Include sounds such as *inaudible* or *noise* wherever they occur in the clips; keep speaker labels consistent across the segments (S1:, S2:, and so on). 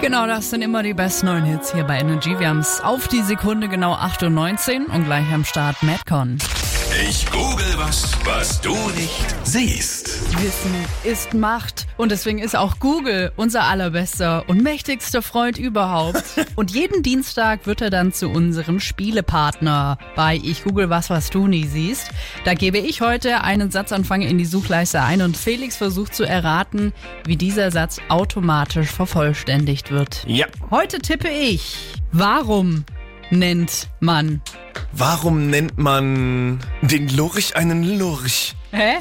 S1: Genau, das sind immer die besten neuen Hits hier bei Energy. Wir haben es auf die Sekunde genau 8 und 19 und gleich am Start Madcon.
S2: Ich google was, was du nicht siehst.
S1: Wissen ist Macht und deswegen ist auch Google unser allerbester und mächtigster Freund *laughs* überhaupt. und jeden Dienstag wird er dann zu unserem Spielepartner bei Ich google was, was du nie siehst. Da gebe ich heute einen Satzanfang in die Suchleiste ein und Felix versucht zu erraten, wie dieser Satz automatisch vervollständigt wird.
S3: Ja.
S1: Heute tippe ich, warum nennt man?
S3: Warum nennt man den Lurch einen Lurch?
S1: Hä?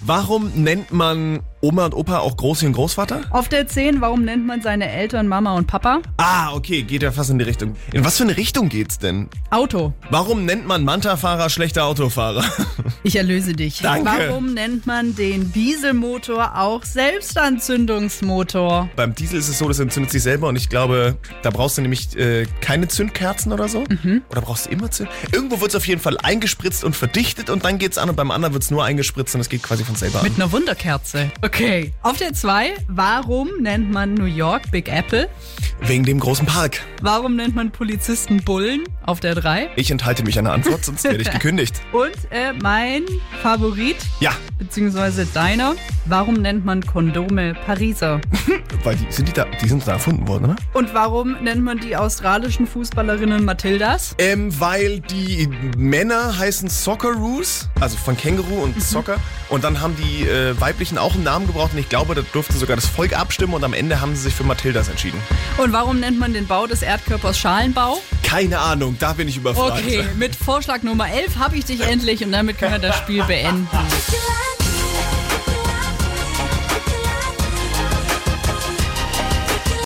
S3: Warum nennt man Oma und Opa auch Großi und Großvater?
S1: Auf der 10, warum nennt man seine Eltern Mama und Papa?
S3: Ah, okay, geht ja fast in die Richtung. In was für eine Richtung geht's denn?
S1: Auto.
S3: Warum nennt man Manta-Fahrer schlechter *laughs* Autofahrer?
S1: Ich erlöse dich.
S3: Danke.
S1: Warum nennt man den Dieselmotor auch Selbstanzündungsmotor?
S3: Beim Diesel ist es so, das entzündet sich selber und ich glaube, da brauchst du nämlich äh, keine Zündkerzen oder so. Oder brauchst du immer Zünd? Irgendwo wird's auf jeden Fall eingespritzt und verdichtet und dann geht's an und beim anderen wird's nur eingespritzt und es geht quasi von selber
S1: Mit
S3: an.
S1: einer Wunderkerze. Okay. Auf der 2, warum nennt man New York Big Apple?
S3: Wegen dem großen Park.
S1: Warum nennt man Polizisten Bullen? Auf der 3.
S3: Ich enthalte mich einer Antwort, sonst werde ich gekündigt.
S1: Und äh, mein Favorit,
S3: Ja,
S1: beziehungsweise deiner, warum nennt man Kondome Pariser?
S3: weil die sind, die da, die sind da erfunden worden, oder?
S1: Und warum nennt man die australischen Fußballerinnen Matildas?
S3: Ähm, weil die Männer heißen Socceroos, also von Känguru und Soccer. Und dann haben die äh, weiblichen auch einen Namen gebraucht und ich glaube, da durfte sogar das Volk abstimmen und am Ende haben sie sich für Matildas entschieden.
S1: Und warum nennt man den Bau des Erdkörpers Schalenbau?
S3: Keine Ahnung, da bin ich überfragt.
S1: Okay, mit Vorschlag Nummer 11 habe ich dich endlich und damit können wir das Spiel beenden.
S4: If you like